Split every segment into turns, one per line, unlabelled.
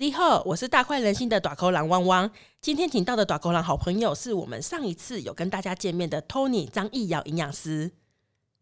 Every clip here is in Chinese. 你好，我是大快人心的短口狼汪汪。今天请到的短口狼好朋友是我们上一次有跟大家见面的 Tony 张义尧营养师。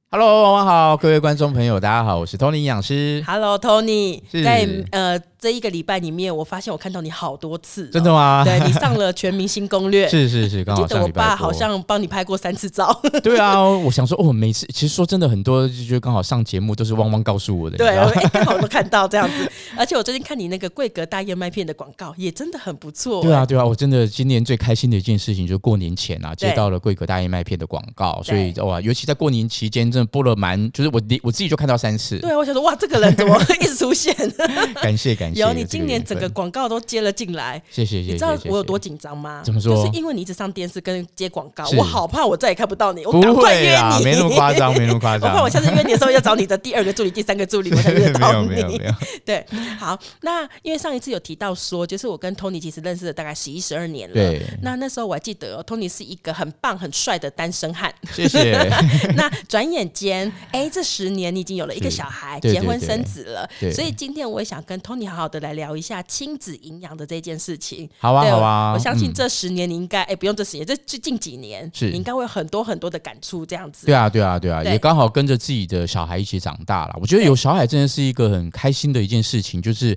Hello，晚上好，各位观众朋友，大家好，我是 Tony 营养师。
Hello，Tony，
是
在呃这一个礼拜里面，我发现我看到你好多次哦、
真的吗？
对你上了《全明星攻略》，
是是是，刚
记
好
得
上
我
礼拜
爸
播
好像帮你拍过三次 照。
对啊，我想说哦，每次其实说真的，很多就觉得刚好上节目都是汪汪告诉我的，你
对，
知道吗
哎刚、好都看到这样子。而且我最近看你那个桂格大燕麦片的广告，也真的很不错、
对
哎
啊，对啊，我真的今年最开心的一件事情就是过年前啊，
对
接到了贵格大燕麦片的广告，所
对
以哇，尤其在过年期间，真的播了蛮，就是我我自己就看到三次
对，啊，我想说，哇，这个人怎么一直出现？
感谢感谢
有，
有这缘分。
你今年整个广告都接了进来。
谢谢谢谢，
你知道
谢谢
我有多紧张吗？
怎么说
就是因为你一直上电视跟接广告，
是
我好怕我再也看不到你，我赶
不
快
会
约
啦，
你。
没 那么夸张，没那么夸
我
张，
怕我下次约你的时候要找你的第二个助理、第三个助理，我才约得
没
到
有
你。
没有没有，
对，好，那因为上一次有提到说，就是我跟 Tony 其实认识了大概十一、十二年了。
对，
那那时候我还记得、哦、，Tony 是一个很棒、很帅的单身汉。
谢谢。
那转眼间，哎、这十年你已经有了一个
是
小孩，
对
结
对
婚
对
生子了。
对
所以今天我也想跟 Tony 好好的来聊一下亲子营养的这件事情。
好啊
对
好啊
我相信
嗯
这十年你应该，哎、不用这十年，这最近几年，
是
你应该会有很多很多的感触，这样子。
对啊，对啊，对啊，
对
也刚好跟着自己的小孩一起长大了。我觉得有小孩真的是一个很开心的一件事情，就是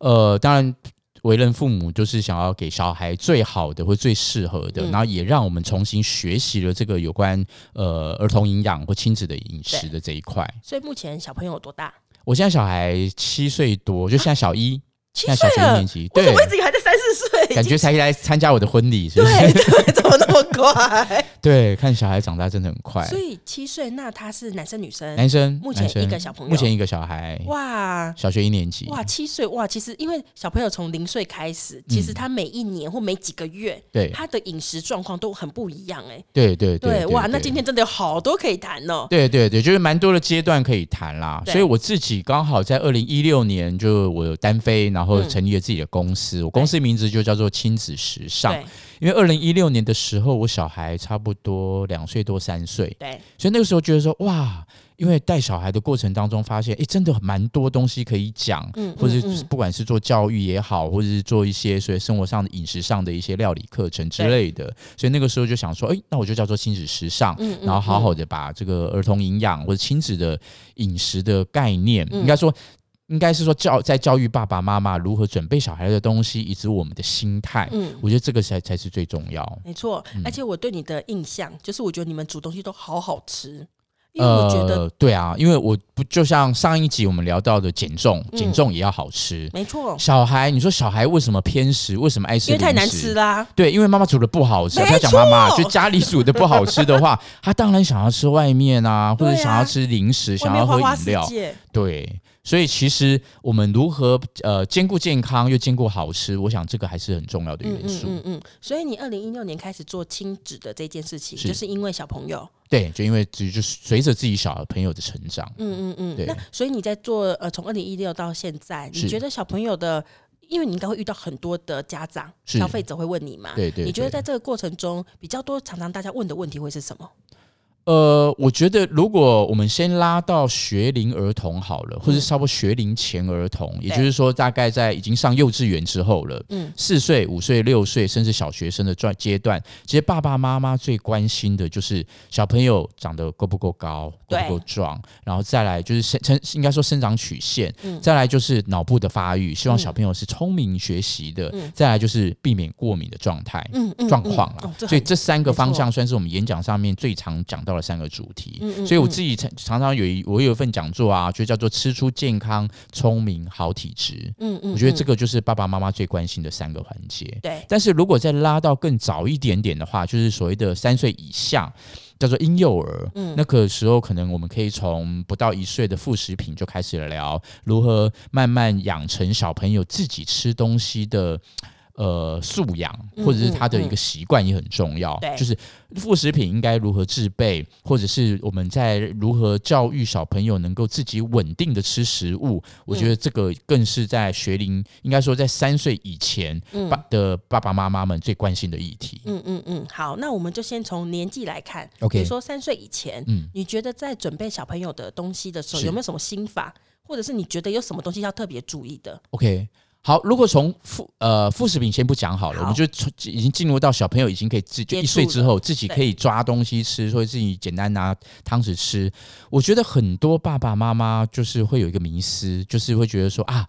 呃，当然。为人父母就是想要给小孩最好的或最适合的，
嗯
然后也让我们重新学习了这个有关呃儿童营养或亲子的饮食的这一块。
所以目前小朋友有多大？
我现在小孩七岁多，就现在小一，
七
现在
岁
小学一
了
年，级，
我怎
对
么，一直以为还在三四岁？
感觉才来参加我的婚礼，是不
对
是？
对，怎么那么快？
对，看小孩长大真的很 快
所。以七岁，那他是男生女生？
男生，
目前
男生
一个小朋友
目前一个小孩，
哇
小学一年级，
哇，七岁哇！其实因为小朋友从零岁开始，其实他每一年或每几个月，
嗯对
他的饮食状况都很不一样哎、
对对对，
哇，
对
那今。天真的有好多可以谈哦。
对对对，就是蛮多的阶段可以谈啦，
对
所以我自己刚好在二零一六年就我有单飞，然
嗯
后成立了自己的公司，我公司名字就叫做亲子时尚。
对
因为二零一六年的时候，我小孩差不多两岁多三岁，
对
所以那个时候觉得说哇，因为带小孩的过程当中发现，诶，真的蛮多东西可以讲，
嗯
或者
嗯
是不管是做教育也好，或者是做一些所以生活上的饮食上的一些料理课程之类的，所以那个时候就想说，诶，那我就叫做亲子时尚，
嗯嗯
然后好好的把这个儿童营养或者亲子的饮食的概念，
嗯
应该说。应该是说教在教育爸爸妈妈如何准备小孩的东西，以及我们的心态，
嗯
我觉得这个才才是最重要。
没错。
嗯
而且我对你的印象就是，我觉得你们煮东西都好好吃，因为我觉得、
呃、对啊，因为我不就像上一集我们聊到的减重，
嗯
减重也要好吃。
没错，
小孩，你说小孩为什么偏食？为什么爱吃？
因为太难吃。啦。
对，因为妈妈煮的不好吃。
没
不要讲妈妈，
错
就家里煮的不好吃的 话，他当然想要吃外面啊，或
对
者
啊
想要吃零食，
外
想
面
要
花
喝
花
饮
世
料。
界，
对，所以其实我们如何呃兼顾健康又兼顾好吃，我想这个还是很重要的
嗯
元
嗯
素。
嗯嗯。所以你二零一六年开始做亲子的这件事情，
是
就是因为小朋友。
对，就因为就就随着自己小朋友的成长，
嗯嗯嗯，
对
那所以你在做呃，从二零一六到现在，你
是
觉得小朋友的，因为你应该会遇到很多的家长、
是
消费者会问你嘛？
对对
你觉得
对
在这个过程中，比较多常常大家问的问题会是什么？
呃，我觉得如果我们先拉到学龄儿童好了，或者
嗯
差不多学龄前儿童，也就是说大概在已经上幼稚园之后了，
嗯
嗯，四岁、五岁、六岁，甚至小学生的段阶段，其实爸爸妈妈最关心的就是小朋友长得够不够高、够
对
不够壮，然后再来就是生生应该说生长曲线，
嗯
再来就是脑部的发育，希望小朋友是聪明学习的，
嗯
再来就是避免过敏的状态，
嗯嗯
状况
嗯
啦
哦，这
所以
很
这三个方
没
向算是我们演讲上面最常讲到的三个主题。
嗯嗯
所以我
嗯
自己常常常有一我有一份讲座啊，就叫做“吃出健康、聪明、好体质”。
嗯嗯，
我觉得这
嗯
个就是爸爸妈妈最关心的三个环节。
对
但是如果再拉到更早一点点的话，就是所谓的三岁以下，叫做婴幼儿。
嗯
那个时候可能我们可以从不到一岁的副食品就开始聊，如何慢慢养成小朋友自己吃东西的。呃，素养
嗯
或者是他的
嗯嗯
一个习惯也很重要，
对
就是副食品应该如何制备，或者是我们在如何教育小朋友能够自己稳定的吃食物，我觉得这个更是在学龄，应该说在三岁以前
嗯
爸的爸爸妈妈们最关心的议题。
嗯嗯嗯，好，那我们就先从年纪来看
OK
比如说三岁以前，
嗯
你觉得在准备小朋友的东西的时候，
是
有没有什么心法，或者是你觉得有什么东西要特别注意的？
，OK，好，如果从副呃副食品先不讲好了，
好
我们就从已经进入到小朋友已经可以自就
接触
一岁之后自己
对
可以抓东西吃，或者自己简单拿汤匙吃。我觉得很多爸爸妈妈就是会有一个迷思，就是会觉得说啊，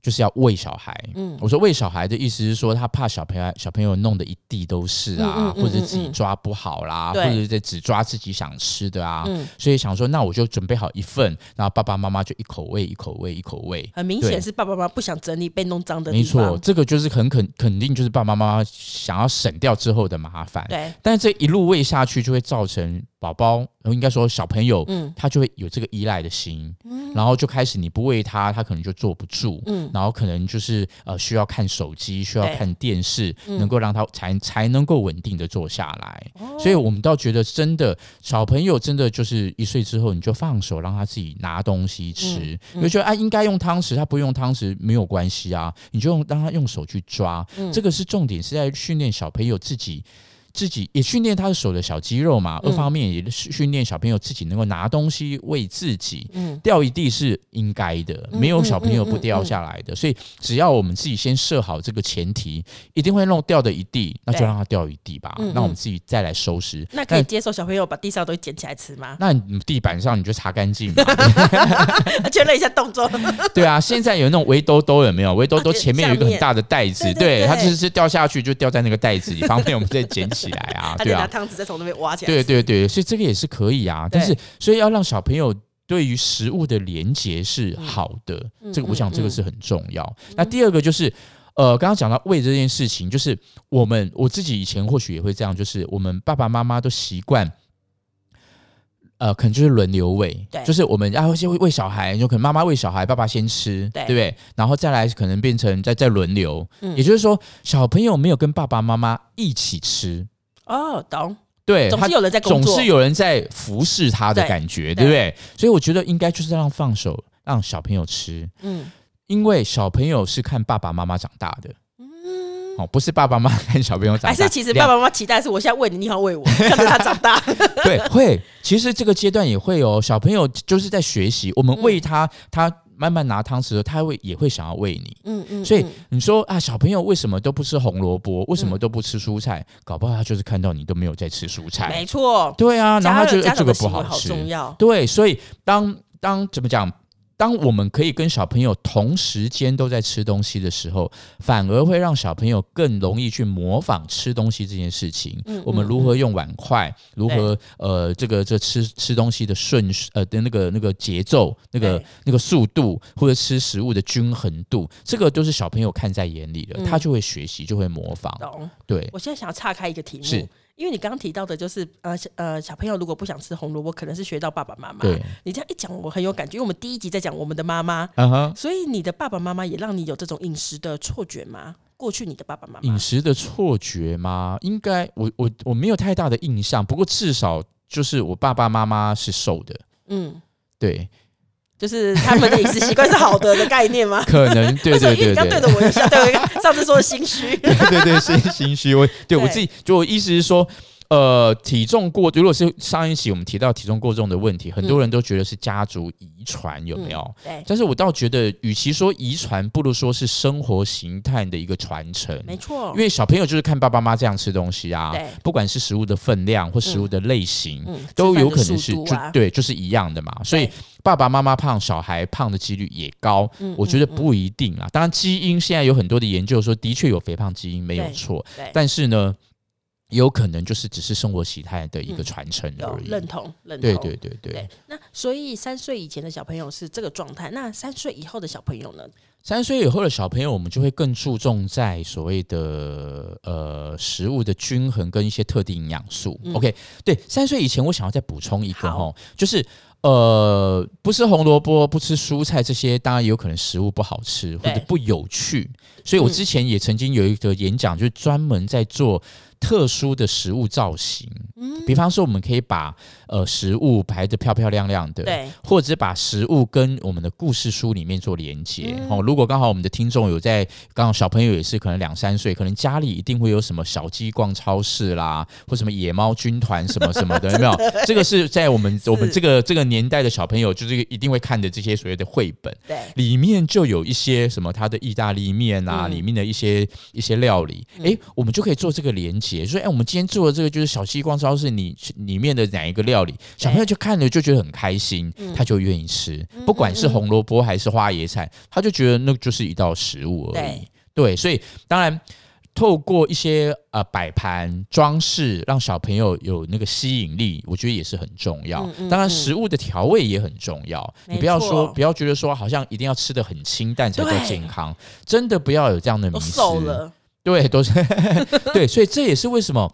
就是要喂小孩。
嗯，
我说喂小孩的意思是说，他怕小朋友小朋友弄得一地都是啊
嗯嗯，嗯
或者自己
嗯嗯
抓不好啦，
对
或者在只抓自己想吃的啊，
嗯
所以想说那我就准备好一份，然后爸爸妈妈就一口喂一口喂一口喂，
很明
对
显是爸爸妈妈不想整理被弄脏的
没
地方。
错，这个就是很肯肯定就是爸爸妈妈想要省掉之后的麻烦。
对，
但是这一路喂下去，就会造成宝宝，呃应该说小朋友，
嗯
他就会有这个依赖的心，然后就开始你不喂他，他可能就坐不住，
嗯
然后可能就是呃需要看手机，需要
对
看电视，
嗯哦
能够让他才才能够稳定的坐下来。所以我们倒觉得真的小朋友真的就是一岁之后你就放手让他自己拿东西吃，
嗯
你就觉得啊应该用汤匙，他不用汤匙没有关系啊，你就用让他用手去抓，
嗯
这个是重点是在训练小朋友自己。自己也训练他的手的小肌肉嘛，
嗯
二方面也是训练小朋友自己能够拿东西喂自己，
嗯
掉一地是应该的，没有小朋友不掉下来
嗯
的，所以只要我们自己先设好这个前提，一定会弄掉的一地，那就
对
让它掉一地吧
嗯嗯，
那我们自己再来收拾。
那可以接受小朋友把地上的东西捡起来吃吗？
那你地板上你就擦干净嘛，啊
确认一下动作。
对啊。现在有那种围兜兜有没有？围兜兜
啊
前面有一
下
个
面
很大的袋子，
对对对
它就是掉下去就掉在那个袋子里，方便我们再捡起来 啊，
他
对
就
啊
拿。汤匙再从那边挖起来。
对对对，所以这个也是可以啊。
对
但是，所以要让小朋友对于食物的连结是好的，
嗯
这
嗯
个我想
嗯
这个是很重要。那第二个就是。呃，刚刚讲到喂这件事情，就是我们我自己以前或许也会这样，就是我们爸爸妈妈都习惯，呃，可能就是轮流喂
对，
就是我们啊先喂喂小孩，就可能妈妈喂小孩，爸爸先吃，
对
对不对？然后再来可能变成再再轮流，
嗯
也就是说小朋友没有跟爸爸妈妈一起吃，
哦，懂，
对，
总
哎他
是有人在工
总
作，
是有人在服侍他的
对
感觉，
对
对不对？所以我觉得应该就是让放手，让小朋友吃，
嗯
因为小朋友是看爸爸妈妈长大的，哦，不是爸爸妈妈看小朋 友长
还嗯
大，啊
是其实爸爸妈妈期待是我现在喂你，你要喂我，看着他长 大。
两对会，其实这个阶段也会哦，小朋友就是在学习，我们喂他，他慢慢拿汤匙的时候，他会也会想要喂你。
嗯嗯
所以你说啊，小朋友为什么都不吃红萝卜？为什么都不吃蔬菜？搞不好他就是看到你都没有在吃蔬菜
没。错，
对啊，然后他
家
觉
人
得
家
哎这
长
个
的
不
行为
好
好
吃，
重要。
对，所以当当怎么讲？当我们可以跟小朋友同时间都在吃东西的时候，反而会让小朋友更容易去模仿吃东西这件事情。
嗯
我们如何用碗筷，如何呃这个这吃吃东西的顺序呃的那个那个节奏、那个
对
那个速度，或者吃食物的均衡度，这个都是小朋友看在眼里的，
嗯
他就会学习，就会模仿。
懂。
对，
我现在想要岔开一个题目，
是
因为你刚刚提到的，就是呃小呃，小朋友如果不想吃红萝卜，可能是学到爸爸妈妈。
对，
你这样一讲，我很有感觉，因为我们第一集在讲我们的妈妈，
嗯哼。
所以你的爸爸妈妈也让你有这种饮食的错觉吗？过去你的爸爸妈妈
饮，食的错觉吗？应该我我我没有太大的印象，不过至少就是我爸爸妈妈是瘦的，
嗯，
对，
就是他们的饮食习惯是好的的概念吗？
可 能 对
为什么
对
因为
对
你刚对
对。
着我一笑，对我一个上次说的心虚，
对对对，心心虚。我对我
对
自己，就我意思是说，呃，体重过，如果是上一期我们提到体重过重的问题，很
嗯
多人都觉得是家族遗传， 有没有？
对，
但是我倒觉得，与其说遗传，不如说是生活形态的一个传承。
没错，
嗯因为小朋友就是看爸爸妈妈这样吃东西啊
对，
不管是食物的分量或食物的类型，
嗯，
都有可
吃饭
能
的
是
速
就
度啊，
对，就是一样的嘛。所以
对
爸爸妈妈胖，小孩胖的几率也高，
嗯
我觉得不一定啦。当然，基因现在有很多的研究说，的确有肥胖基因没有
对
错，
对
但是呢，也有可能就是只是生活形态的一个传承
嗯有
而已。
认同认同，
对对对对，
对，那所以三岁以前的小朋友是这个状态，那三岁以后的小朋友呢？
三岁以后的小朋友，我们就会更注重在所谓的呃食物的均衡跟一些特定营养素。OK，对，三岁以前我想要再补充一个
嗯好
哈，就是呃不吃红萝卜、不吃蔬菜这些，当然也有可能食物不好吃或者
对嗯
不有趣。所以我之前也曾经有一个演讲，就是专门在做特殊的食物造型。
嗯，
比方说，我们可以把呃食物排得漂漂亮亮的，
对，
或者是把食物跟我们的故事书里面做连接。
嗯
哦，如果刚好我们的听众有在，刚好小朋友也是可能两三岁，可能家里一定会有什么小鸡逛超市啦，或什么野猫军团什么什 么的，有没有？这个是在我们我们这个这个年代的小朋友，就是一定会看的这些所谓的绘本。
对，
里面就有一些什么它的意大利面啊，
嗯
里面的一些一些料理，诶，我们就可以做这个连接，说，诶，我们今天做的这个就是小西光超市里里面的哪一个料理，小朋友就看了就觉得很开心，
嗯
他就愿意吃，不管是红萝卜还是花椰菜，他就觉得那就是一道食物而已
对。
对，所以当然。透过一些呃摆盘装饰，让小朋友有那个吸引力，我觉得也是很重要。
嗯嗯
当然，
嗯
食物的调味也很重要。
没
你不要说
错
不要觉得说好像一定要吃的很清淡才叫
对
健康，真的不要有这样的迷
都
思。
瘦了，
对，都是 对，所以这也是为什么。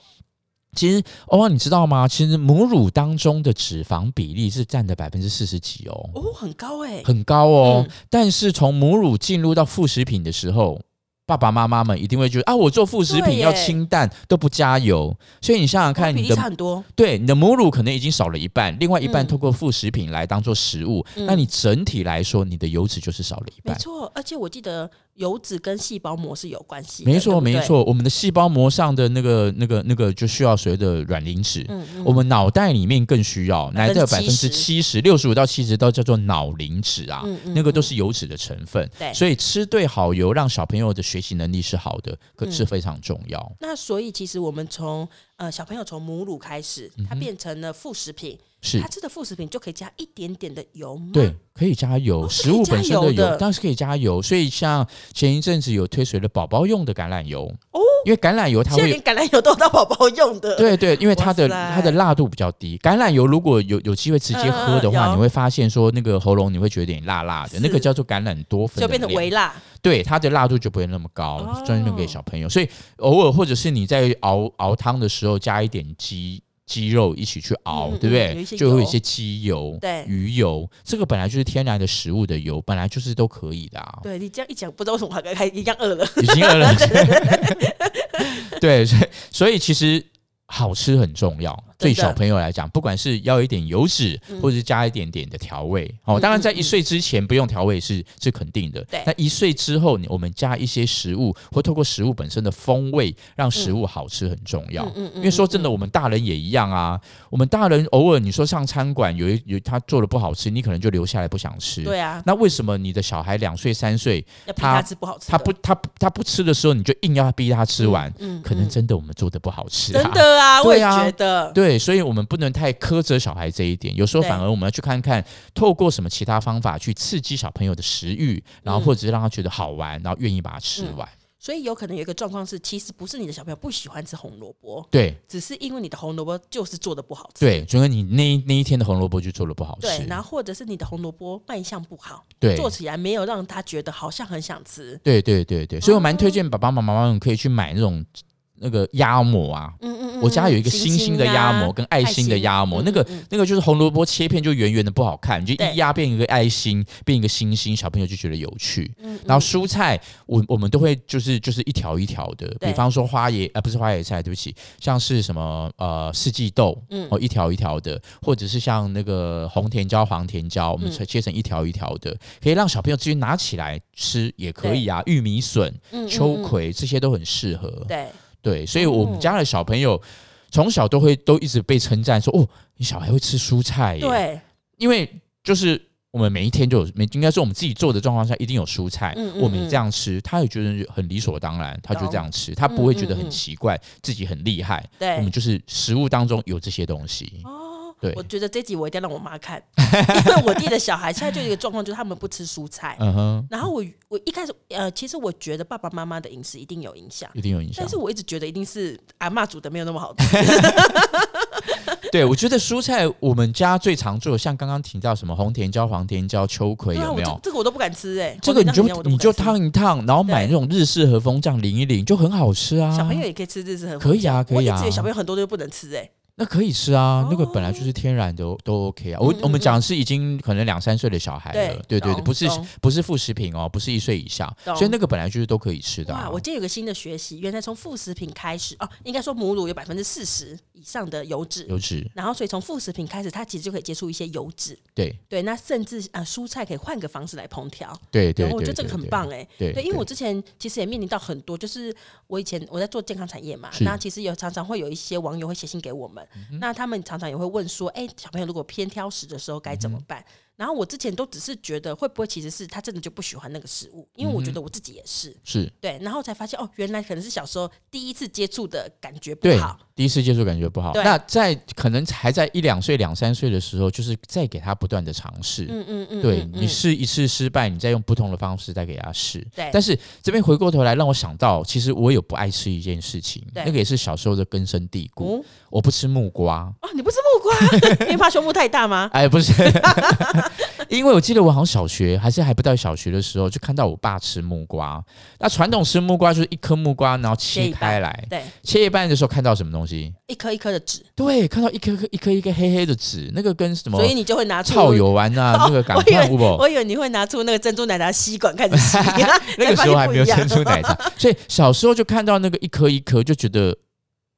其实，哦，你知道吗？其实母乳当中的脂肪比例是占的百分之四十几哦，
哦，很高哎，
很高哦。
嗯
但是从母乳进入到副食品的时候，爸爸妈妈们一定会觉得啊，我做副食
对
品要
耶
清淡，都不加油。所以你想想
哇
看，
比
你
例
的
差很多，
对，你的母乳可能已经少了一半，另外一半
嗯
透过副食品来当做食物，那
嗯
你整体来说，你的油脂就是少了一
没
半。
错，而且我记得油脂跟细胞膜是有关系的，
没错，
对不对
没，错，我们的细胞膜上的那个、那个、那个就需要所谓的卵磷脂，
嗯嗯，
我们脑袋里面更需要，
百
来
分之
到百分之七十六十五到七十都叫做脑磷脂啊，
嗯嗯
那个都是油脂的成分。
对
所以吃对好油，让小朋友的学习能力是好的，可是
嗯
非常重要。
那所以其实我们从呃小朋友从母乳开始，它变成了副食品，
嗯是
他吃的副食品就可以加一点点的油吗？
对，，可以加油，
嗯哦是可
食
以
物
加
本身
油
的油
的
当然是可以加油。所以像前一阵子有推出了宝宝用的橄榄油，
哦
因为橄榄油它
现在
会
连橄榄油都当宝宝用的，
对对，因为它的
哇塞
它的辣度比较低。橄榄油如果有有机会直接喝的
嗯嗯
话，
有
你会发现说那个喉咙你会觉得有点辣辣的，那
是
个叫做橄榄多酚，
就变成微辣，
对它的辣度就不会那么高
哦，
专门给小朋友。所以偶尔或者是你在熬熬汤的时候加一点鸡。鸡肉一起去熬，
嗯嗯
对不
有一些
对？
油
就会有一些鸡油、
对
鱼油，这个本来就是天然的食物的油，本来就是都可以的啊。
对你这样一讲，不知道为什么我还还一样饿了。
已经饿了。 对，所以所以其实好吃很重要，
真
对
的嗯
小朋友来讲，不管是要一点油脂，或者是加一点点的调味。哦，当然在一岁之前不用调味是是肯定的
对，
那一岁之后，你我们加一些食物，或透过食物本身的风味，让食物好吃很重要。
嗯
因为说真的，我们大人也一样啊。我们大人偶尔你说上餐馆有一有他做的不好吃，你可能就留下来不想吃。
对啊，
那为什么你的小孩两岁三岁，
要逼他
他
吃不好吃的，
他不他不他不吃的时候，你就硬要逼他吃完，
嗯，嗯
可能
嗯
真的我们做的不好吃、啊，
真。的啊，我也
对啊
觉得，
对，所以我们不能太苛责小孩这一点，有时候
对
反而我们要去看看，透过什么其他方法去刺激小朋友的食欲，然后
嗯
或者是让他觉得好玩，然后愿意把它吃完。
所以有可能有一个状况是，其实不是你的小朋友不喜欢吃红萝卜，
对
只是因为你的红萝卜就是做的不好吃。
对，就跟你那一那一天的红萝卜就做的不好吃，
对，然后或者是你的红萝卜卖相不好，
对
做起来没有让他觉得好像很想吃。
对对对对，所以我
哦
蛮推荐爸爸妈妈们可以去买那种那个鸭膜啊，
嗯嗯嗯，
我家有一个星星的鸭
啊
膜跟爱心的鸭膜，
爱
那
心
个
嗯嗯
那个就是红萝卜切片就圆圆的不好看，你就
对
一压变一个爱心，变一个星星，小朋友就觉得有趣。
嗯
然后蔬菜，我我们都会就是就是一条一条的，
对
比方说花椰啊、呃不是花椰菜，对不起，像是什么呃四季豆，
嗯
哦一条一条的，或者是像那个红甜椒、黄甜椒，我们
嗯
切成一条一条的，可以让小朋友直接拿起来吃也可以啊。玉米笋、
嗯嗯
秋
嗯
葵这些都很适合。
对，
对，所以我
哦
们家的小朋友从小都会都一直被称赞说：“哦，你小孩会吃蔬菜耶。”，
对，
因为就是我们每一天就有，每应该说我们自己做的状况下一定有蔬菜，
嗯嗯
我们也这样吃，他也觉得很理所当然，他就这样吃，他
嗯
不会觉得
嗯嗯
很奇怪，自己很厉害。
对
我们就是食物当中有这些东西。
哦，
对
我觉得这集我一定要让我妈看， 因为我弟的小孩现在就有一个状况，就是他们不吃蔬菜。
嗯哼，
然后我我一开始呃，其实我觉得爸爸妈妈的饮食一定有影响，
一定有影响
但是。我一直觉得一定是阿嬷煮的没有那么好 吃。
对，我觉得蔬菜我们家最常做，像刚刚提到什么红甜椒、黄甜椒、秋葵，
对啊，
有
我
没有
这？这个我都不敢吃哎、
这个你就
我都不敢吃
你就烫一烫，然后买
对
那种日式和风酱淋一淋，就很好吃啊。
小朋友也可以吃日式很
可以啊可以啊
我一直以为小朋友很多都不能吃哎、
那可以吃啊，那个
哦
本来就是天然的，都 OK 啊。我
嗯嗯
我们
嗯
讲的是已经可能两三岁的小孩了，
对
对对对，
懂
不是
懂
不是副食品哦，不是一岁以下，
懂
所以那个本来就是都可以吃的、啊
哇，。我今天有个新的学习，原来从副食品开始哦，应该说母乳有百分之四十以上的油脂，
油脂
然后所以从副食品开始，它其实就可以接触一些油脂。
对
对，那甚至啊、呃蔬菜可以换个方式来烹调。
对对
然
对，
后我觉得
对
这个很
对
棒哎、
对
因为
对
我之前其实也面临到很多，就是我以前我在做健康产业嘛，
是嗯
那其实有常常会有一些网友会写信给我们，那他们常常也会问说，哎、小朋友如果偏挑食的时候该怎
嗯
么办？然后我之前都只是觉得会不会其实是他真的就不喜欢那个食物，因为
嗯
我觉得我自己也是，
是
对，然后才发现哦，原来可能是小时候第一次接触的感觉不
对
好，
第一次接触感觉不好。
对
那在可能还在一两岁、两三岁的时候，就是再给他不断的尝试。
嗯嗯嗯，
对
嗯
你
嗯
试一次失败，你再用不同的方式再给他试。
对
但是这边回过头来让我想到，其实我有不爱吃一件事情，
对
那个也是小时候的根深蒂固。
哦
我不吃木瓜，
哦，你不是木瓜，因 为怕胸部太大吗？
哎，不是，因为我记得我好像小学还是还不到小学的时候，就看到我爸吃木瓜。那传统吃木瓜就是一颗木瓜，然后
切
切
一半
开来，
对，
切一半的时候看到什么东西？
一颗一颗的纸，
对，看到一颗颗一颗一颗黑黑的纸，那个跟什么
所以你就会拿出哦
草油丸啊， 那个赶
我以
快
为
不不。
我以为你会拿出那个珍珠奶茶吸管开始 吸，
那个时候还没有珍珠奶
茶。
茶，所以小时候就看到那个一颗一颗，就觉得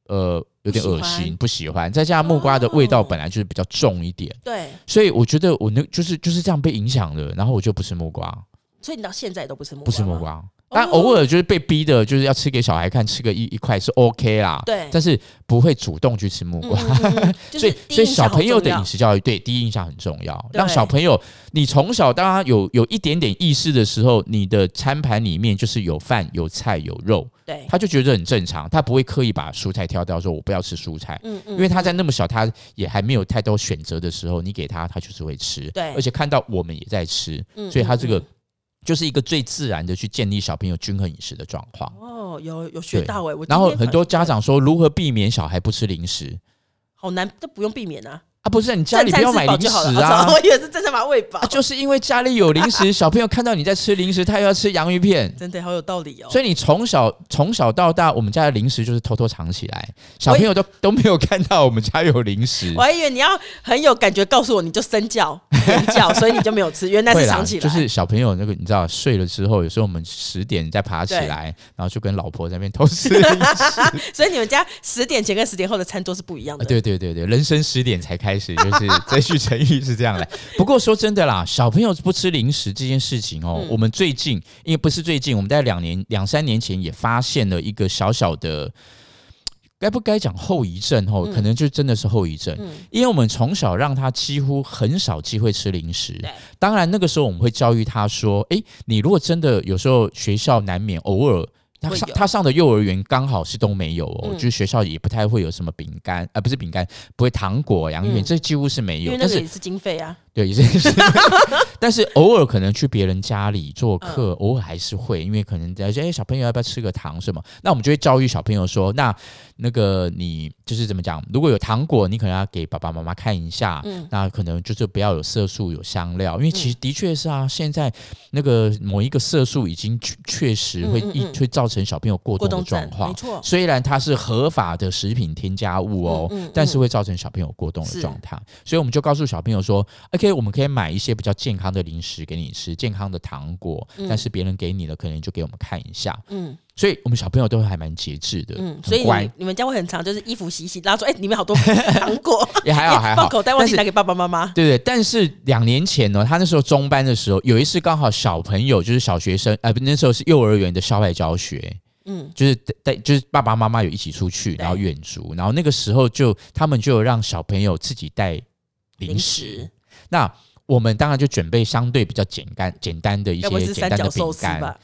呃有点恶
不喜
心，
欢
不喜欢。再加上木瓜的味道
哦
本来就是比较重一点，
对，
所以我觉得我那就是就是这样被影响的，然后我就不吃木瓜，
所以你到现在都不吃哦木瓜，
不吃木。瓜。但偶尔就是被逼的，就是要吃给小孩看，吃个一一块是 OK 啦。
对
但是不会主动去吃木
嗯
瓜。
嗯嗯 嗯就
所
是
以，所
第一
以
印象
小
好重
朋
要
友的饮食教育，对第一印象很重要。
对
让小朋友，你从小当他有有一点点意识的时候，你的餐盘里面就是有饭、有菜、有肉，
对，
他就觉得很正常，他不会刻意把蔬菜挑掉，说我不要吃蔬菜。
嗯嗯，
因为他在那么小，他也还没有太多选择的时候，你给他，他就是会吃。
对
而且看到我们也在吃，
嗯
所以他这个
嗯
就是一个最自然的去建立小朋友均衡饮食的状况。
哦，有有学
对
到哎，我今
然后
天
很
反
多家长说，如何避免小孩不吃零食？
好难，这不用避免啊，
啊，不是你家里不
正
要
餐
买
吃饱
零
就好了
食
哦
啊
早！我以为是正餐把它喂饱
啊，，就是因为家里有零食，小朋友看到你在吃零食，他又要吃洋芋 片。
真的好有道理哦。
所以你从小从小到大，我们家的零食就是偷偷藏起来，小朋友都都没有看到我们家有零食
我。还以为你要很有感觉告诉我，你就身教言教，所以你就没有吃，原来
会
是
啦，
藏起来。
就是小朋友那个，你知道睡了之后，有时候我们十点再爬起
对
来，然后就跟老婆在那边偷吃零食。
所以你们家十点前跟十点后的餐桌是不一样
啊
的。
对对对对，人生十点才开始，就是 这句成语是这样来。不过说真的啦，小朋友不吃零食这件事情哦，
嗯
我们最近因为不是最近，我们在两年两三年前也发现了一个小小的。该不该讲后遗症？哦，
嗯
可能就真的是后遗症，
嗯
因为我们从小让他几乎很少机会吃零食
对。
当然，那个时候我们会教育他说：“诶，你如果真的有时候学校难免偶尔他
会
上
有
他上的幼儿园刚好是都没有哦，
嗯
就是学校也不太会有什么饼干，啊、不是饼干，不会糖果、洋芋片，
嗯
这几乎是没
因
有
为。那
但
个
是
也是经费啊，
对，也是， 但是偶尔可能去别人家里做客，
嗯
偶尔还是会，因为可能在说，哎、小朋友要不要吃个糖什么？那我们就会教育小朋友说，那那个你就是怎么讲？如果有糖果，你可能要给爸爸妈妈看一下，
嗯
那可能就是不要有色素、有香料，因为其实的确是啊，现在那个某一个色素已经确确实会
嗯嗯
一、
嗯
会造成小朋友过
过
动的
动症
状，
没
况。
错。
虽然它是合法的食品添加物哦，
嗯嗯嗯
但是会造成小朋友过动的
是
状态，所以我们就告诉小朋友说，OK，我们可以买一些比较健康的零食给你吃，健康的糖果，
嗯
但是别人给你的可能就给我们看一下，
嗯
所以我们小朋友都还蛮节制的，
嗯，所以
很
你
乖
们，你们家会很常就是衣服洗一洗，然后说哎、里面好多糖 果，
也哎还好还好
放，口袋忘
但
记
是
拿给爸爸妈妈。
对对，但是两年前呢，他那时候中班的时候，有一次刚好小朋友就是小学生，呃，不，那时候是幼儿园的校外教学，
嗯，
就是带就是爸爸妈妈有一起出去，
对
然后远足，然后那个时候就他们就有让小朋友自己带零
零
食。
食
那我们当然就准备相对比较简单简单的一
要不
些
是
简
三
单的
角
饼
寿司
干
吧，？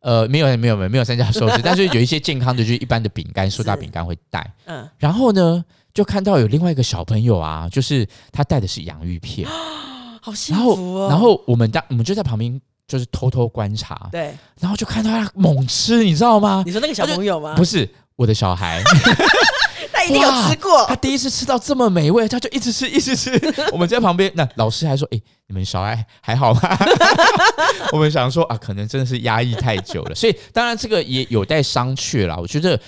呃，没有没有没有没有三角寿司， 但是有一些健康的，就是一般的饼干、
是
苏打饼干会带。
嗯，
然后呢，就看到有另外一个小朋友啊，就是他带的是洋芋片，
好幸
然
福
后
哦。
然后我们当我们就在旁边就是偷偷观察，
对，
然后就看到他猛吃，你知道吗？
你说那个小朋友吗？
不是我的小孩，
他一定有吃过
他。第一次吃到这么美味，他就一直吃，一 直吃。我们在旁边，那老师还说：“哎、你们小孩还好吗？” 我们想说啊，可能真的是压抑太久了，所以当然这个也有待商榷啦。我觉得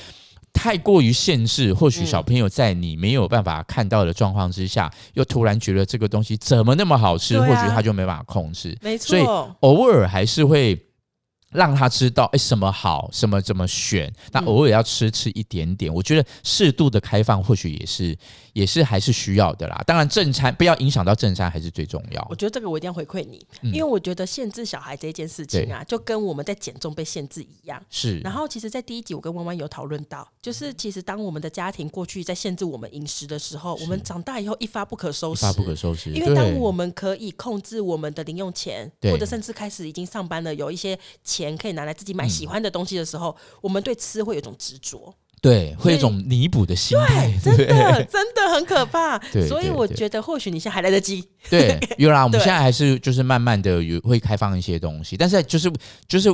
太过于限制，或许小朋友在你没有办法看到的状况之下，又突然觉得这个东西怎么那么好吃，
对啊
或许他就没办法控制。
没
所以
错，
偶尔还是会让他知道，哎、什么好，什么怎么选。
嗯
那偶尔要吃吃一点点，我觉得适度的开放或许也是也是还是需要的啦。当然，正餐不要影响到正餐还是最重要
我。觉得这个我一定要回馈你，
嗯
因为我觉得限制小孩这件事情啊，就跟我们在减重被限制一样。
是，
然后，其实，在第一集我跟弯弯有讨论到，就是其实当我们的家庭过去在限制我们饮食的时候，我们长大以后一发不可收
一
拾，
发不可收拾。
因为当
对
我们可以控制我们的零用钱，
对
或者甚至开始已经上班了，有一些钱可以拿来自己买喜欢的东西的时候，
嗯
我们对吃会有一种执 着。
对会有一
所以
种弥补的心态，对
真的，真的很可怕
对。
所以
对
我
对
觉得，或许你现在还来得及。
对， 有啦，我们
对
现在还是就是慢慢的有会开放一些东西，但是就是就是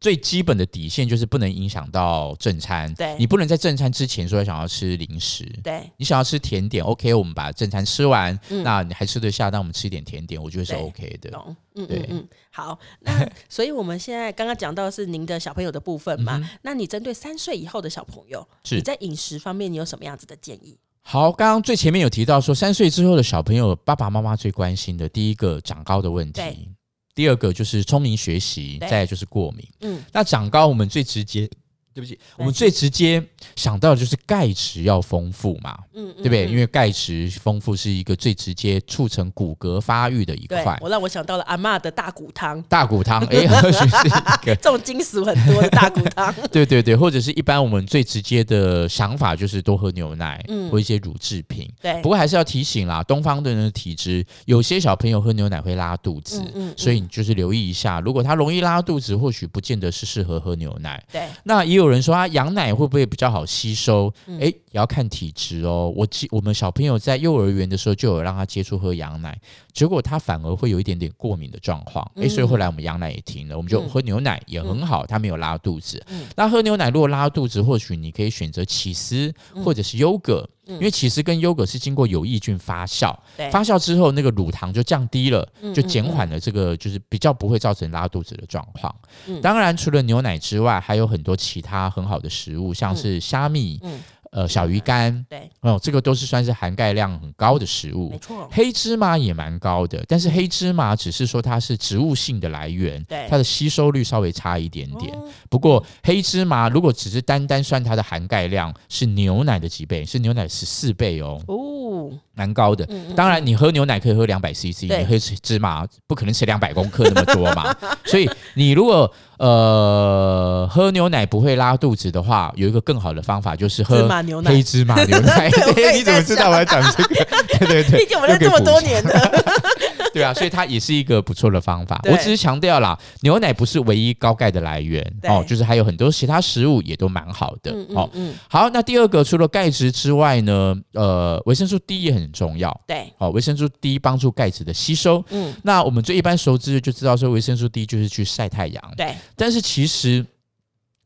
最基本的底线就是不能影响到正餐，
对
你不能在正餐之前说想要吃零食。
对，
你想要吃甜点，OK，我们把正餐吃完，
嗯
那你还吃得下，那我们吃一点甜点，我觉得是
对
OK 的。
懂，嗯嗯
对
嗯，好。那 所以我们现在刚刚讲到的是您的小朋友的部分嘛？那你针对三岁以后的小朋友，
嗯是
你在饮食方面你有什么样子的建议？
好，刚刚最前面有提到说，三岁之后的小朋友，爸爸妈妈最关心的第一个长高的问
对
题，第二个就是聪明学习，
对
再来就是过敏。
嗯，
那长高，我们最直接，对不起，我们最直接想到的就是钙质要丰富嘛，
嗯，
对不对？因
为
为钙质丰富是一个最直接促成骨骼发育的一
对
块。
我让我想到了阿嬷的大骨汤，
大骨汤，哎， 或许是一个，
重金属很多的大骨 汤。
对对对，或者是一般我们最直接的想法就是多喝牛奶，
嗯
或一些乳制品。
对
不，过还是要提醒啦，东方的人的体质，有些小朋友喝牛奶会拉肚子，
嗯嗯嗯
所以你就是留意一下，如果他容易拉肚子，或许不见得是适合喝牛奶。
对。
那也有人说啊，羊奶会不会比较好吸收？诶，
嗯
也要看体质哦。我记我们小朋友在幼儿园的时候就有让他接触喝羊奶，结果他反而会有一点点过敏的状况。诶，所以后来我们羊奶也停了，我们就
嗯
喝牛奶也很好，他没有拉肚子。
嗯
那喝牛奶如果拉肚子，或许你可以选择起司
嗯
或者是优格，因为起司跟优格是经过有益菌发酵，
对
发酵之后那个乳糖就降低了，
嗯
就减缓了这个就是比较不会造成拉肚子的状况。
嗯
当然，除了牛奶之外，还有很多其他很好的食物，像是虾米、
嗯，
呃小鱼干，
对，
哦，这个都是算是含钙量很高的食
没
物。
错，嗯
黑芝麻也蛮高的，但是黑芝麻只是说它是植物性的来源
对，
它的吸收率稍微差一点点。
哦
不过黑芝麻如果只是单单算它的含钙量，是牛奶的几倍？是牛奶十四倍哦。
哦，
蛮高的。当然，你喝牛奶可以喝两百 CC，
对
你喝芝麻不可能吃两百公克那么多 嘛。所以你如果呃喝牛奶不会拉肚子的话，有一个更好的方法就是喝
芝麻牛奶
黑芝麻 牛奶。
对我也
对，你怎么
在
知道我要讲这个？对对 对，
毕竟我们认识这么多年了，
对啊，所以它也是一个不错的方法。
对
我只是强调啦，牛奶不是唯一高钙的来源
对
哦，就是还有很多其他食物也都蛮好的
嗯
哦
嗯。嗯，
好，那第二个除了钙质之外呢，呃，维生素 D 也很重要。
对，
好、哦维生素 D 帮助钙质的吸收。
嗯，
那我们最一般熟知的就知道说维生素 D 就是去晒太阳，
对，
但是其实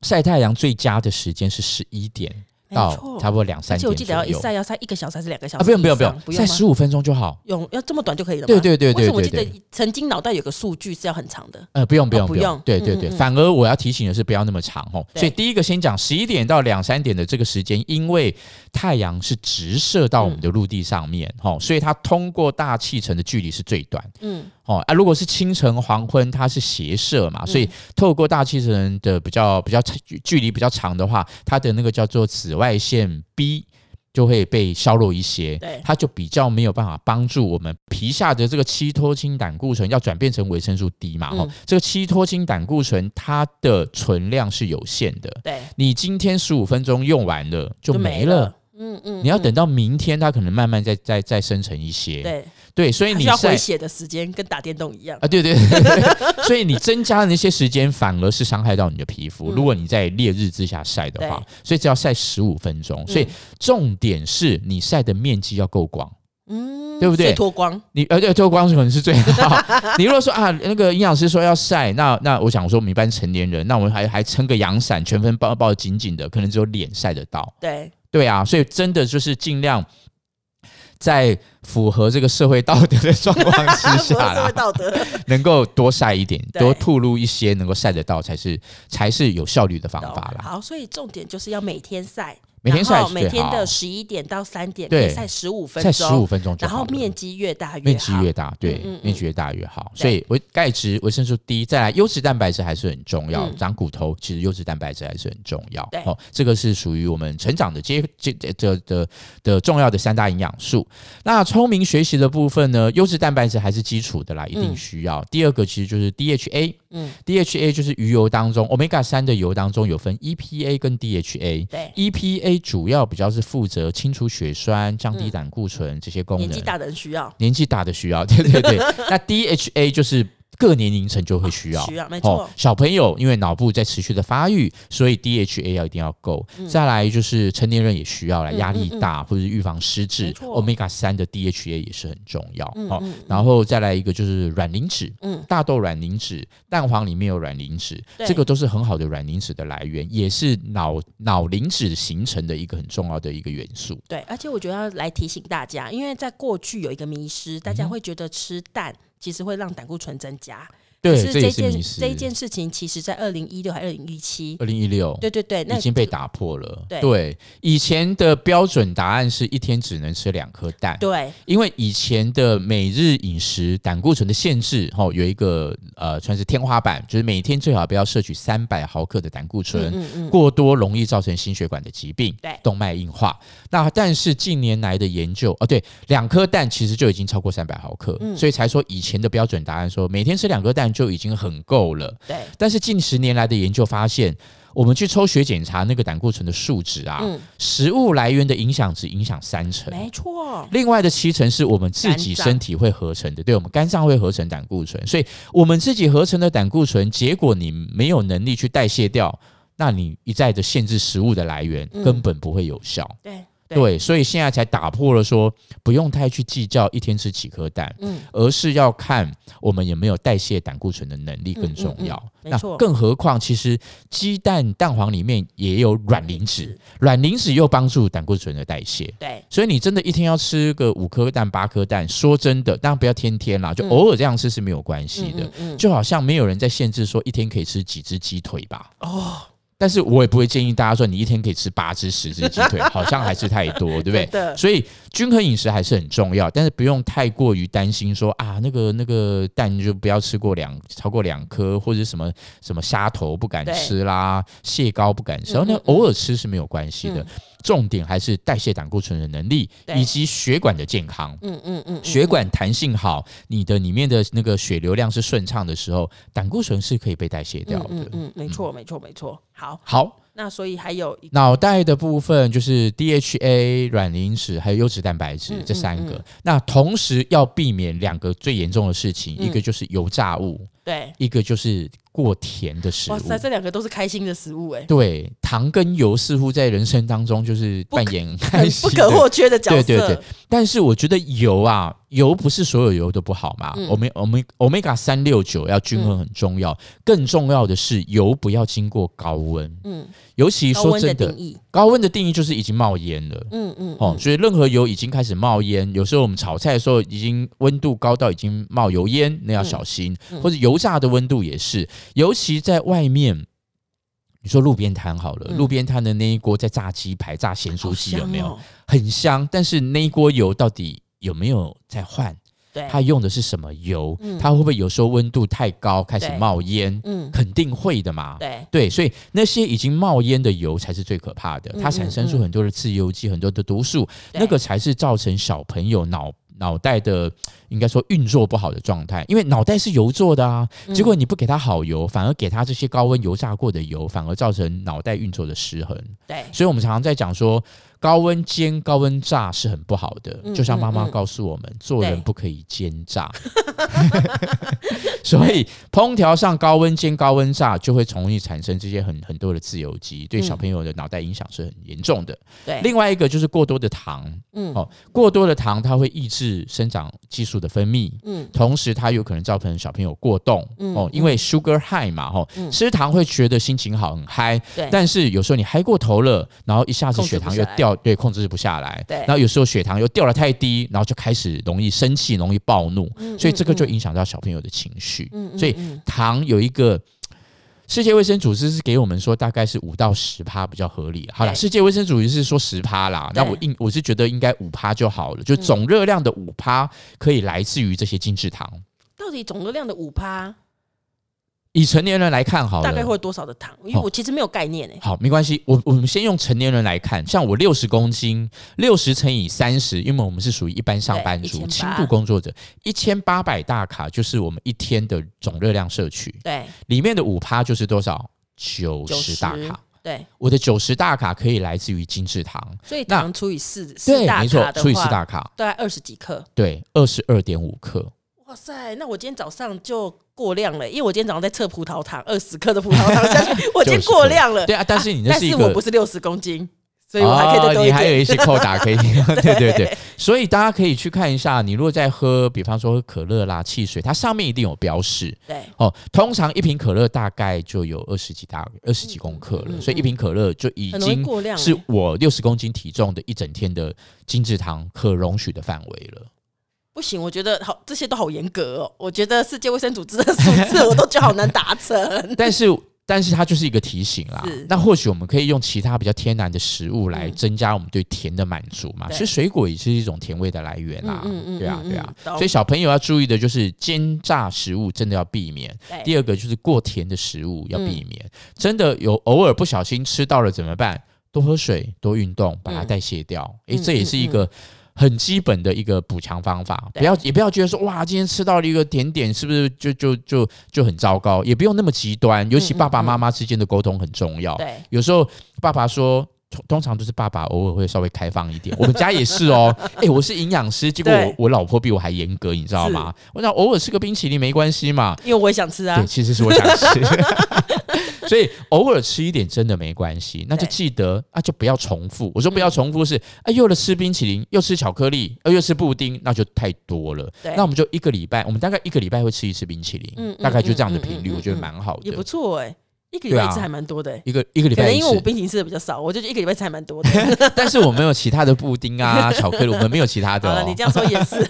晒太阳最佳的时间是十一点
没
到
错
差不多两
而
三
且
点
我记
左
得要一
右。
晒要晒一个小时还是两个小
啊，
时以上？
不用不用不用，
不
晒
用吗
十五分钟就好。
用要这么短就可以了吗？
对对对
为
对
什么我
对
记
对
得曾经脑袋有个数据是要很长的？
呃，不用不用、
哦不用
对对
嗯
对，
嗯嗯
反而我要提醒的是不要那么长哦。
对
所以第一个先讲十一点到两三点的这个时间，因为太阳是直射到我
嗯
们的陆地上面哦，所以它通过大气层的距离是最短。
嗯，
哦啊，如果是清晨黄昏，它是斜射嘛，
嗯
所以透过大气层的比较比较距距离比较长的话，它的那个叫做紫外线 B 就会被削弱一些
对，
它就比较没有办法帮助我们皮下的这个七脱氢胆固醇要转变成维生素 D 嘛，哦
嗯，
这个七脱氢胆固醇它的存量是有限的，
对，
你今天十五分钟用完了就没了。。
嗯嗯，
你要
嗯
等到明天，它可能慢慢再再再生成一些，
对，
对，所以
它
你
需要
在
回血的时间跟打电动一样。
啊，对对对对， 所以你增加的那些时间反而是伤害到你的皮肤。
嗯
如果你在烈日之下晒的话
对，
所以只要晒十五分钟。所以
嗯
重点是你晒的面积要够广。
嗯，
呃对不对
所以脱光，
你而且脱光可能是最好。 你如果说啊，那个营养师说要晒，那那我想说，我们一般成年人，那我们还还撑个阳伞，全身包包得紧紧的，可能只有脸晒得到。
对，
对啊，所以真的就是尽量在符合这个社会道德的状况之
符合
下
社
啦
会，道 德。
能够多晒一点，
对
多曝露一些，能够晒得到才是才是有效率的方法
懂
啦。
好，所以重点就是要每天晒，
每天晒
然
是
后每
最
天
好，
的十一点到三点，可
对
以晒十五分
晒十五
钟，
分钟就
然
好
后
了。
面积越大越
面积
好。
越大，对，
嗯嗯
面积越大越好。所以维钙质、维生素 D，再来优质蛋白质还是很重要。
嗯
长骨头其实优质蛋白质还是很重要。
对
哦，这个是属于我们成长的阶阶的的的的重要的三大营养素。那聪明学习的部分呢，优质蛋白质还是基础的啦，一定
嗯
需要。第二个其实就是 DHA，
嗯，
DHA 就是鱼油当中，omega 三的油当中有分 EPA 跟 DHA。
对，
EPA E 主要比较是负责清除血栓、降低胆固醇这些功能。
年纪大的人需要，
年纪大的需要，对 对对。那 DHA 就是各年龄层就会需要，
哦
哦
需要没错
小朋友因为脑部在持续的发育，所以 DHA 要一定要够。再来就是成年人也需要来
嗯
压力大、或者是预防失
没
智
错
，omega 三的 DHA 也是很重要。
嗯
哦，
嗯
然后再来一个就是软磷脂，
嗯，
大豆软磷脂、蛋黄里面有软磷脂，
对
这个都是很好的软磷脂的来源，也是脑脑磷脂形成的一个很重要的一个元素。
对，而且我觉得要来提醒大家，因为在过去有一个迷失，大
嗯
家会觉得吃蛋其实会让胆固醇增加，可
对，
是
这
这
也是
件
迷思。
这件事情，其实在二零一六还二零一七，
二零一六，
对对对，那
已经被
这
打破了。
对
以前的标准答案是一天只能吃两颗蛋，
对
因为以前的每日饮食胆固醇的限制，哦，有一个呃算是天花板，就是每天最好不要摄取三百毫克的胆固醇。
嗯嗯
过多容易造成心血管的疾病，
对
动脉硬化。那但是近年来的研究，哦，对，两颗蛋其实就已经超过三百毫克，
嗯
所以才说以前的标准答案说每天吃两颗蛋就已经很够了。
对，
但是近十年来的研究发现，我们去抽血检查那个胆固醇的数值啊，
嗯
食物来源的影响只影响三成。
没错，
另外的七成是我们自己身体会合成的，对我们肝脏会合成胆固醇，所以我们自己合成的胆固醇，结果你没有能力去代谢掉，那你一再的限制食物的来源，
嗯
根本不会有效。
对
对，所以现在才打破了说不用太去计较一天吃几颗蛋，
嗯
而是要看我们有没有代谢胆固醇的能力更重要。
嗯嗯嗯没
那
错
更何况，其实鸡蛋蛋黄里面也有软磷脂，软磷脂又帮助胆固醇的代谢。
对，
所以你真的一天要吃个五颗蛋、八颗蛋，说真的，当然不要天天啦，就偶尔这样吃是没有关系的。
嗯嗯嗯
就好像没有人在限制说一天可以吃几只鸡腿吧？哦。但是我也不会建议大家说你一天可以吃八只、十只鸡腿，好像还是太多，对不对
真？的
所以均衡饮食还是很重要，但是不用太过于担心说啊，那个那个蛋就不要吃过两超过两颗，或者什么什么虾头不敢
对
吃啦，蟹膏不敢吃，
嗯嗯
那偶尔吃是没有关系的。
嗯
重点还是代谢胆固醇的能力
对
以及血管的健康。
嗯嗯嗯，嗯
血管弹性好，你的里面的那个血流量是顺畅的时候，胆固醇是可以被代谢掉
嗯
的。
嗯嗯，没错没错没错，好，
好，
那所以还有一
脑袋的部分就是 DHA、软磷脂还有优质蛋白质、
嗯
这三
嗯
个。那同时要避免两个最严重的事情，
嗯
一个就是油炸物，
对，
一个就是过甜的食物
哇。塞，这两个都是开心的食物哎，
对，糖跟油似乎在人生当中就是扮演开
很
心
不
的
可或缺的角色，
对对对但是我觉得油啊，油不是所有油都不好嘛。
嗯
我们我们 omega 三六九要均衡很重要，更重要的是油不要经过高温，
嗯，
尤其
高
说
温
真
的
的，
定义，
高温的定义就是已经冒烟了。
嗯嗯，
哦，
嗯，
所以任何油已经开始冒烟，有时候我们炒菜的时候已经温度高到已经冒油烟，那要小心。
嗯嗯
或者油炸的温度也是，尤其在外面，你说路边摊好了，
嗯
路边摊的那一锅在炸鸡排、炸咸
好
酥鸡有
香
没有？
哦？
很香，但是那一锅油到底有没有在换？
对，
它用的是什么油？
嗯
它会不会有时候温度太高开始
对
冒烟？
嗯，
肯定会的嘛。
对，
对，所以那些已经冒烟的油才是最可怕的，
嗯
它产生出很多的自由基、很多的毒素，
对
那个才是造成小朋友脑脑袋的应该说运作不好的状态。因为脑袋是油做的啊，
嗯
结果你不给它好油，反而给它这些高温油炸过的油，反而造成脑袋运作的失衡。
对，
所以我们常常在讲说，高温煎、高温炸是很不好的。
嗯
就像妈妈
嗯嗯
告诉我们，做人
对
不可以煎炸。 所以烹调上高温煎、高温炸，就会容易产生这些很很多的自由基，对
嗯
小朋友的脑袋影响是很严重的。
对，
另外一个就是过多的糖，
哎嗯
哦，过多的糖它会抑制生长激素的分泌，
嗯，
同时它有可能造成小朋友过动、
嗯
哦，因为 sugar high 嘛，哦，
嗯
吃糖会觉得心情好很嗨，
对
但是有时候你嗨过头了，然后一下子血糖又掉，对，控制不下来，
对
然后有时候血糖又掉了太低，然后就开始容易生气，容易
嗯
暴怒，所以这个就影响到小朋友的情绪，
嗯，嗯
所以
嗯
糖有一个。世界卫生组织是给我们说大概是五到十趴比较合理。好了，
对
世界卫生组织是说十趴啦，那
对
我应我是觉得应该五趴就好了，就总热量的五趴可以来自于这些精制糖。
到底总热量的五趴
以成年人来看好了，
大概会有多少的糖？因为
好
我其实没有概念诶、欸
好，没关系，我我们先用成年人来看，像我六十公斤，六十乘以三十，因为我们是属于一般上班族、
对
轻
1800
度工作者，一千八百大卡就是我们一天的总热量摄取，
对，
里面的五趴就是多少？九十
90
大卡。
对，
我的九十大卡可以来自于精制糖，
所以
那
糖除以四，四
对，
大
没错
卡，的
除以四
话，
大卡，
大概二十几克。
对，二十二点五克。
哇塞，那我今天早上就过量了，因为我今天早上在测葡萄糖，二十克的葡萄糖下 去，我已经过量了。
对啊，但是你那
但
是一
是
个，
我不是六十公斤，所以我还可以再多
哦、
一
你还有
点。
一些扣 打可以，对对对，所以大家可以去看一下，你如果在喝，比方说可乐啦、汽水，它上面一定有标示。
对，
哦，通常一瓶可乐大概就有二十几大二十几公克了，
嗯嗯
所以一瓶可乐就已
很容易
经
过量欸、
是我六十公斤体重的一整天的精制糖可容许的范围了。
不行，我觉得好，这些都好严格哦。我觉得世界卫生组织的数字， 我都觉得好难达 成。
但是，但是它就是一个提醒啦
是。
那或许我们可以用其他比较天然的食物来
嗯
增加我们对甜的满足嘛。
对
其实水果也是一种甜味的来源啦。
嗯嗯嗯
对 啊，
嗯
对啊。
嗯懂
所以小朋友要注意的就是煎炸食物真的要避免。第
对
二个就是过甜的食
嗯
物要避免。真的有偶尔不小心吃到了怎么办？多喝水，多运动，把它代谢掉。诶、
嗯
这也是一个。很基本的一个补强方法，
对
不要也不要觉得说哇，今天吃到了一个甜点，是不是就就就就很糟糕？也不用那么极端，尤其
嗯嗯
爸爸
嗯
妈妈之间的沟通很重要。
对，
有时候爸爸说，通通常都是爸爸偶尔会稍微开放一点。我们家也是哦，哎、我是营养师，结果我
对
我老婆比我还严格，你知道吗？我想偶尔吃个冰淇淋没关系嘛，
因为我也想吃啊
对，。其实是我想吃， 所以偶尔吃一点真的没关系。那就
对嗯
记得啊，就不要重复。我说不要重复是啊，又了吃冰淇淋，又吃巧克力，啊又吃布丁，那就太多了。
对
那我们就一个礼拜，我们大概一个礼拜会吃一次冰淇淋，
嗯嗯
大概就这样的频率，
嗯嗯嗯
我觉得蛮好
也不
的。
错哎、一个礼
对
拜
啊
吃还蛮多的、欸。
一个一个礼
可
拜
能
一
因为我
次，
冰淇淋吃的比较少，我就一个礼拜吃还蛮多 的。
但是我没有其他的布 丁啊、巧克力，我们没有其他的、
好
哦。
了，你这样说也是。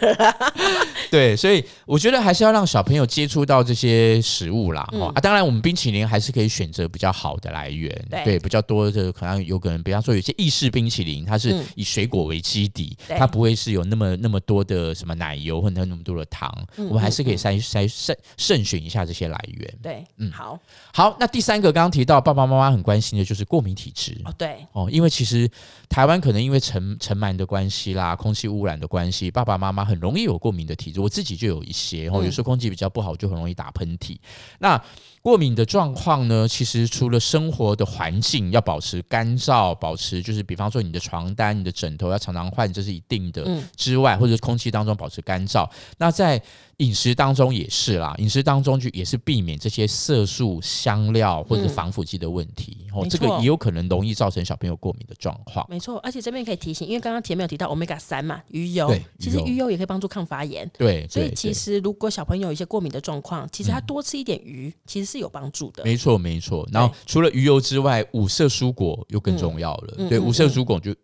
对，所以我觉得还是要让小朋友接触到这些食物啦。
嗯
哦啊，当然我们冰淇淋还是可以选择比较好的来源，
对
比较多的可能有可能，比方说有些意式冰淇淋，它是
嗯
以水果为基底，
对
它不会是有那么那么多的什么奶油或者那么多的糖，
嗯
我们还是可以筛筛慎慎选一下这些来源。
对，好
好，那第三个刚刚提到爸爸妈妈很关心的就是过敏体质。
哦，对，
哦，因为其实台湾可能因为尘尘螨的关系啦，空气污染的关系，爸爸妈妈很容易有过敏的体质，我自己就有一些哦，
嗯
有时候空气比较不好，就很容易打喷嚏。那过敏的状况呢，其实除了生活的环境要保持干燥，保持就是比方说你的床单、你的枕头要常常换，这是一定的。
嗯
之外，或者空气当中保持干燥。那在饮食当中也是啦，饮食当中就也是避免这些色素、香料或者
嗯
防腐剂的问题。哦，
没
这个
错
也有可能容易造成小朋友过敏的状况。
没错。而且这边可以提醒，因为刚刚前面有提到 omega 三嘛，鱼油
对，
其实
鱼油
鱼油也可以帮助抗发炎。
对，
所以
对
其
对
实如果小朋友有一些过敏的状况，其实他多吃一点鱼，其实是有帮助的。
没错没错。然后除了鱼油之外，五色蔬果又更重要了。
嗯
对，
嗯
五色
嗯
蔬果就。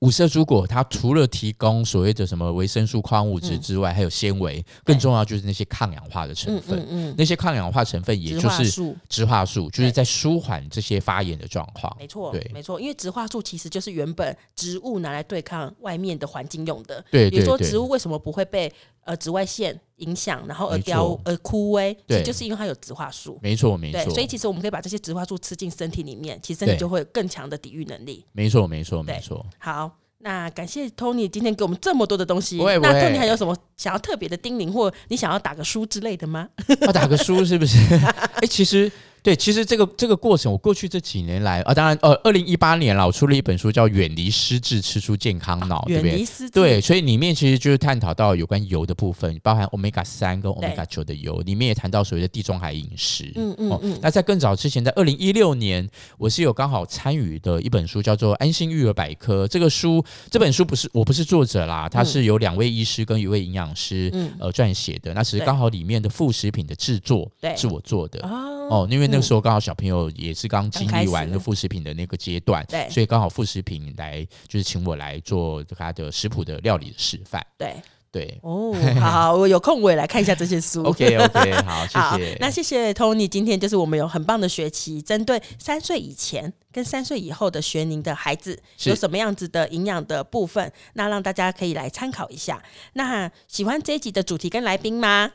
五色蔬果，它除了提供所谓的什么维生素、矿物质
嗯
之外，还有纤维，更重要就是那些抗氧化的成
嗯
分。
嗯嗯，
那些抗氧化成分，也
植
就
化
是
素，
植化素，就是
对
在舒缓这些发炎的状况。
没错
对，
没错，因为植化素其实就是原本植物拿来对抗外面的环境用的。
对
比如
对
说
对
植物为什么不会被呃紫外线影响，然后而
没错
凋而枯萎，其
对
实就是因为它有植化素。
没错没
对，
错
所，以其实我们可以把这些植化素吃进身体里面，其实身体
对
就会有更强的抵御能力。
没错没错没
对
错。
好，那感谢 Tony 今天给我们这么多的东西。
不会不
那
会
Tony 还有什么想要特别的叮咛，或你想要打个书之类的吗？
要打个书是不是？哎，其实。对，其实这个这个过程，我过去这几年来啊，当然，呃，二零一八年啦，我出了一本书叫《远离失智，吃出健康脑》，哦对
远
不对
离？私自
对，所以里面其实就是探讨到有关油的部分，包含 omega 三跟
对
omega 九的油，里面也谈到所谓的地中海饮食。哦
嗯嗯嗯
那在更早之前，在二零一六年，我是有刚好参与的一本书，叫做《安心育儿百科》。这个书，这本书不是我不是作者啦，它是有两位医师跟一位营养师、
嗯
呃撰写的。那只是
对
刚好里面的副食品的制作
对
是我做的。
哦，
哦，因为那个时候刚好小朋友也是刚经历
刚
完
开
那
始
副食品的那个阶段，
对
所以刚好副食品来就是请我来做他的食谱的料理的示范。
对，
对
哦， 好好，我有空我也来看一下这些书。
，OK OK，好，
嗯 好
谢谢。，
那谢谢 Tony，今天就是我们有很棒的学期，针对三岁以前跟三岁以后的学龄的孩子
是
有什么样子的营养的部分，那让大家可以来参考一下。那喜欢这一集的主题跟来宾吗？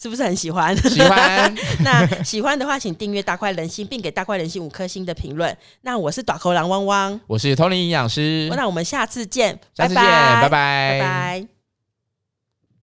是不是很喜欢？
喜欢，
那喜欢的话，请订阅大快人心，并给大快人心五颗星的评论。那我是短口狼汪汪，
我是 Tony 营养师，
嗯那我们下次见，
下次见，
拜
拜
拜拜。